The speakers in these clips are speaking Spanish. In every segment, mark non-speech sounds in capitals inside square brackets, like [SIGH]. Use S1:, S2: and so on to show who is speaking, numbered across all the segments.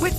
S1: With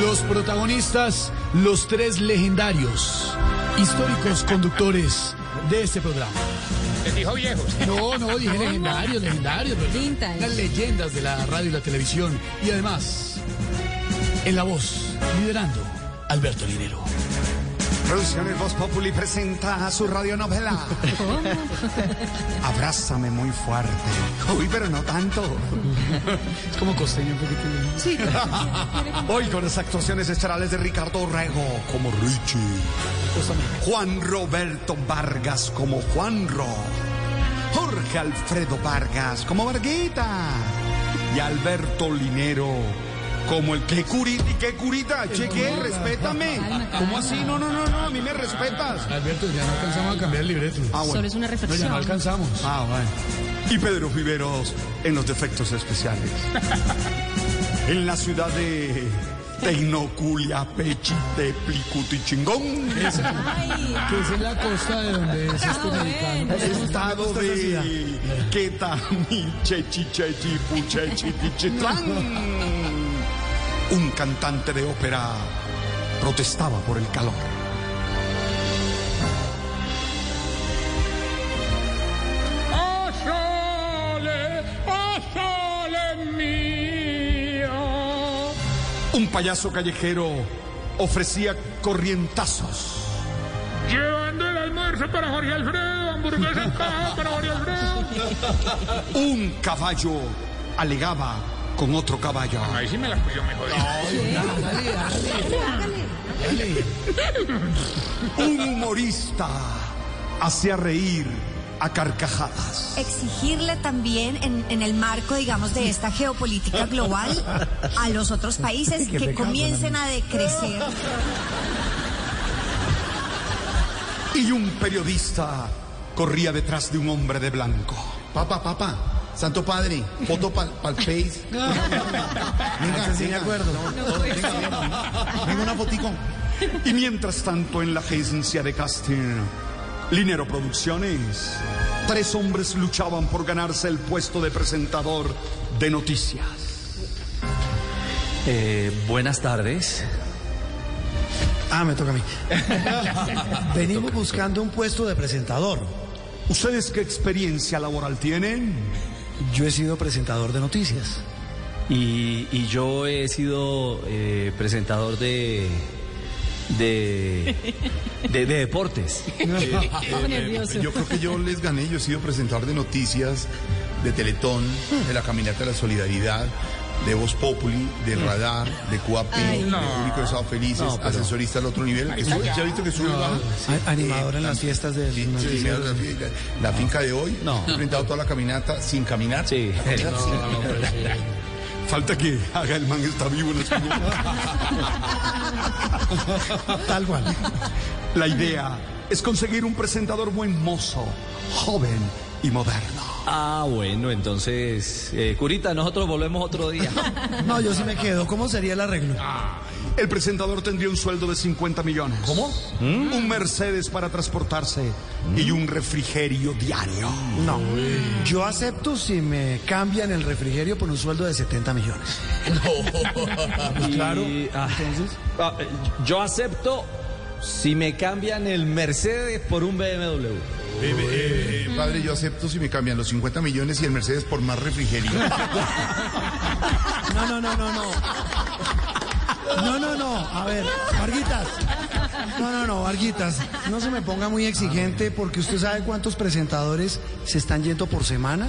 S2: Los protagonistas, los tres legendarios, históricos conductores de este programa.
S3: Les dijo viejos.
S2: No, no, dije legendarios, legendarios. pero
S4: Vintage.
S2: Las leyendas de la radio y la televisión. Y además, en la voz, liderando, Alberto Linero.
S5: Producciones Voz Populi presenta a su [LAUGHS] radionovela. Abrázame muy fuerte. Uy, pero no [LAUGHS] tanto.
S2: Es como costeño un poquito.
S5: Hoy con las actuaciones estrales de Ricardo Orrego como Richie. Juan Roberto Vargas como Juanro. Jorge Alfredo Vargas como Varguita. Y Alberto Linero como el que curita y que curita. Cheque, respétame. ¿Cómo así? No, no, no, no, a mí me respetas.
S2: Alberto, ya no alcanzamos a cambiar el libreto.
S4: Solo es una
S2: No, ya
S4: reflexión.
S2: no alcanzamos.
S5: Ah, bueno. Y Pedro Viveros en los defectos [LAUGHS] especiales. en la ciudad de Tecnoculia, Pechitepli, Cutichingón.
S2: Que es en la costa de donde
S4: Ah,
S2: es este mexicano.
S5: Estado de Quetami, Chechi, Chechi, Puchechi, [LAUGHS] Tichitlán. Un cantante de ópera protestaba por el calor.
S3: ¡Oh, sole! ¡Oh, sole mío!
S5: Un payaso callejero ofrecía corrientazos.
S3: Llevando el almuerzo para Jorge Alfredo, hamburguesa [LAUGHS] en caja para Jorge Alfredo.
S5: Un caballo alegaba con otro caballo.
S3: Ahí sí me la yo me jodí.
S5: Un humorista hacía reír a carcajadas.
S6: exigirle también en, en el marco, digamos, de esta geopolítica global a los otros países que comiencen a decrecer.
S5: Y un periodista corría detrás de un hombre de blanco. Papá, papá, Santo Padre, foto para el Face. [LAUGHS] Venga, de acuerdo. Venga una fotico. Y mientras tanto, en la agencia de casting, Linero Producciones, tres hombres luchaban por ganarse el puesto de presentador de noticias.
S7: Eh, buenas tardes.
S8: Ah, me toca a
S7: [LAUGHS]
S8: mí. Venimos buscando un puesto de presentador.
S5: ¿Ustedes qué experiencia laboral tienen?
S8: Yo he sido presentador de noticias.
S7: Y, y yo he sido eh, presentador de, de, de, de deportes.
S9: Eh, Yo creo que yo les gané, yo he sido presentador de noticias, de Teletón, de la Caminata de la Solidaridad, de Voz Populi, de Radar, de Cuapi, de Público de Sábado Felices, asesorista al otro nivel, que sube- ya he visto que sube y baja.
S8: A- animador en las fiestas de...
S9: Sí, sí, sí, la, la finca de hoy, he enfrentado toda la caminata sin caminar. [LAUGHS]
S7: Sí.
S9: La caminata sin caminar.
S5: Falta que haga el man está
S8: [LAUGHS]
S5: vivo en español.
S8: Tal cual.
S5: La idea es conseguir un presentador buen mozo, joven y moderno.
S7: Ah, bueno, entonces, eh, Curita, nosotros volvemos
S3: [LAUGHS]
S7: otro día.
S8: No, yo sí me quedo. ¿Cómo sería el arreglo?
S5: El presentador tendría un sueldo de 50 millones. ¿Cómo? Un Mercedes para transportarse y un refrigerio diario.
S8: No. Yo acepto si me cambian el refrigerio por un sueldo de 70 millones.
S7: claro. yo acepto si me cambian el Mercedes por un BMW.
S9: Eh, padre, yo acepto si me cambian los 50 millones y el Mercedes por más
S5: [LAUGHS]
S9: refrigerio.
S8: No, no, no, no, no. No, no, no. A ver, Varguitas. No, no, no, Varguitas. No se me ponga muy exigente porque usted sabe cuántos presentadores se están yendo por semana.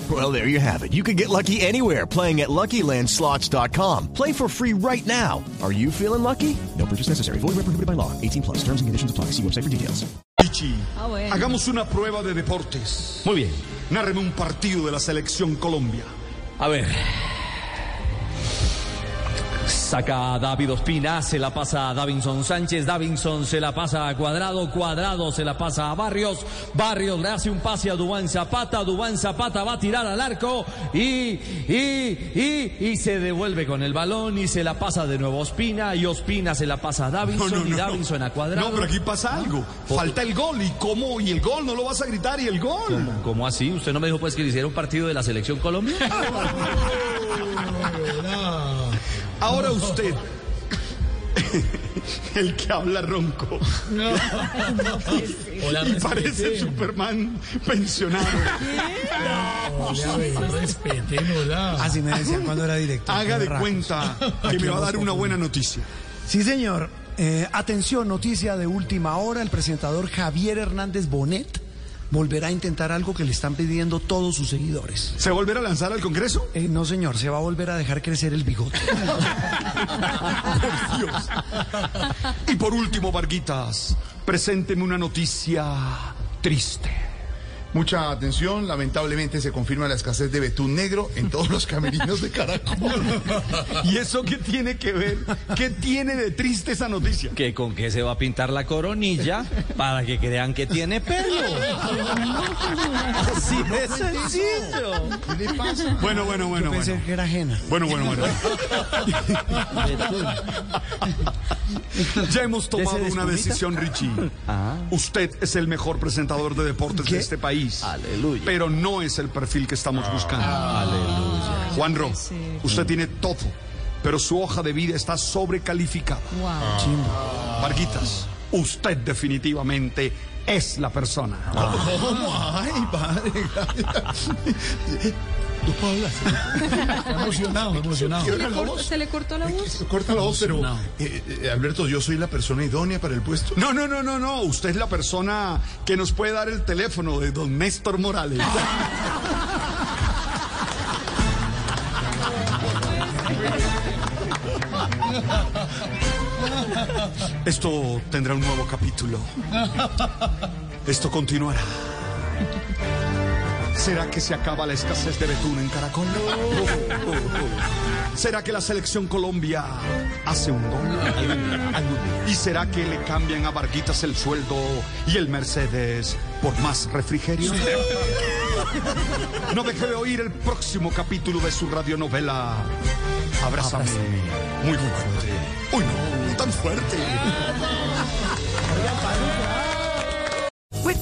S10: Well, there you have it. You can get lucky anywhere playing at LuckyLandSlots.com. Play for free right now. Are you feeling lucky? No purchase necessary. Void where prohibited by law. 18 plus. Terms and conditions apply. See website for details.
S5: Pichi,
S6: Ah, bueno.
S5: hagamos una prueba de deportes. Muy bien. Nárreme un partido de la selección Colombia.
S7: A ver. Saca a David Ospina, se la pasa a Davinson Sánchez, Davinson se la pasa a Cuadrado, Cuadrado se la pasa a Barrios, Barrios le hace un pase a Dubán Zapata, Dubán Zapata va a tirar al arco y, y, y, y se devuelve con el balón y se la pasa de nuevo a Ospina y Ospina se la pasa a Davinson
S5: No, no,
S7: y
S5: no.
S7: Davinson a Cuadrado.
S5: No, pero aquí pasa algo. Falta el gol. ¿Y cómo? ¿Y el gol? ¿No lo vas a gritar? ¿Y el gol?
S7: ¿Cómo, cómo así? ¿Usted no me dijo pues que le hiciera un partido de la selección Colombia?
S5: Ahora usted, [LAUGHS] el que habla ronco. [LAUGHS]
S3: Hola,
S5: y parece Superman pensionado.
S8: Así Ah, me decían cuando era director.
S5: Haga de
S8: Qué raro. [LAUGHS] Ah,
S5: cuenta que me va a dar una buena noticia.
S8: Sí, señor. Eh, atención, noticia de última hora. El presentador Javier Hernández Bonet volverá a intentar algo que le están pidiendo todos sus seguidores.
S5: ¿Se volverá a lanzar al Congreso?
S8: Eh, no, señor. Se va a volver a dejar crecer el bigote.
S5: Y por último, Varguitas, presénteme una noticia triste.
S9: Mucha atención, lamentablemente se confirma la escasez de betún negro en todos los camerinos de Caracol.
S5: [LAUGHS] ¿Y eso qué tiene que ver? ¿Qué tiene de triste esa noticia?
S7: [LAUGHS] que con qué se va a pintar la coronilla para que crean que tiene [LAUGHS] pelo. Así de sencillo.
S9: ¿Qué le pasa?
S5: Bueno, bueno, bueno,
S8: Yo pensé
S5: bueno.
S8: que era ajena.
S5: Bueno, bueno, bueno. Ya hemos tomado
S7: ¿Ya se
S5: una
S7: descubrí?
S5: decisión, Richie. Usted es el mejor presentador de deportes de este país.
S7: Aleluya.
S5: Pero no es el perfil que estamos
S9: Ah.
S5: buscando. Aleluya. Juanro, usted tiene todo, pero su hoja de vida está sobrecalificada. Varguitas, usted definitivamente es la persona.
S9: ¿Cómo? Ay, padre.
S5: [LAUGHS]
S2: Tú hablas. Está emocionado, emocionado.
S9: ¿Qué hora la voz?
S11: ¿Se le cortó la voz?
S9: Corta la voz, pero
S2: No.
S9: eh, eh, Alberto, yo soy la persona idónea para el puesto.
S5: No, no, no, no, no. Usted es la persona que nos puede dar el teléfono de don Néstor Morales.
S11: [LAUGHS]
S5: Esto tendrá un nuevo capítulo. Esto continuará. ¿Será que se acaba la escasez de betún en Caracol? ¿Será que la selección Colombia hace un gol? ¿Y será que le cambian a Varguitas el sueldo y el Mercedes por más refrigerio? [LAUGHS] No deje de oír el próximo capítulo de su radionovela. Abrázame muy fuerte. Uy, no, no tan fuerte.
S1: With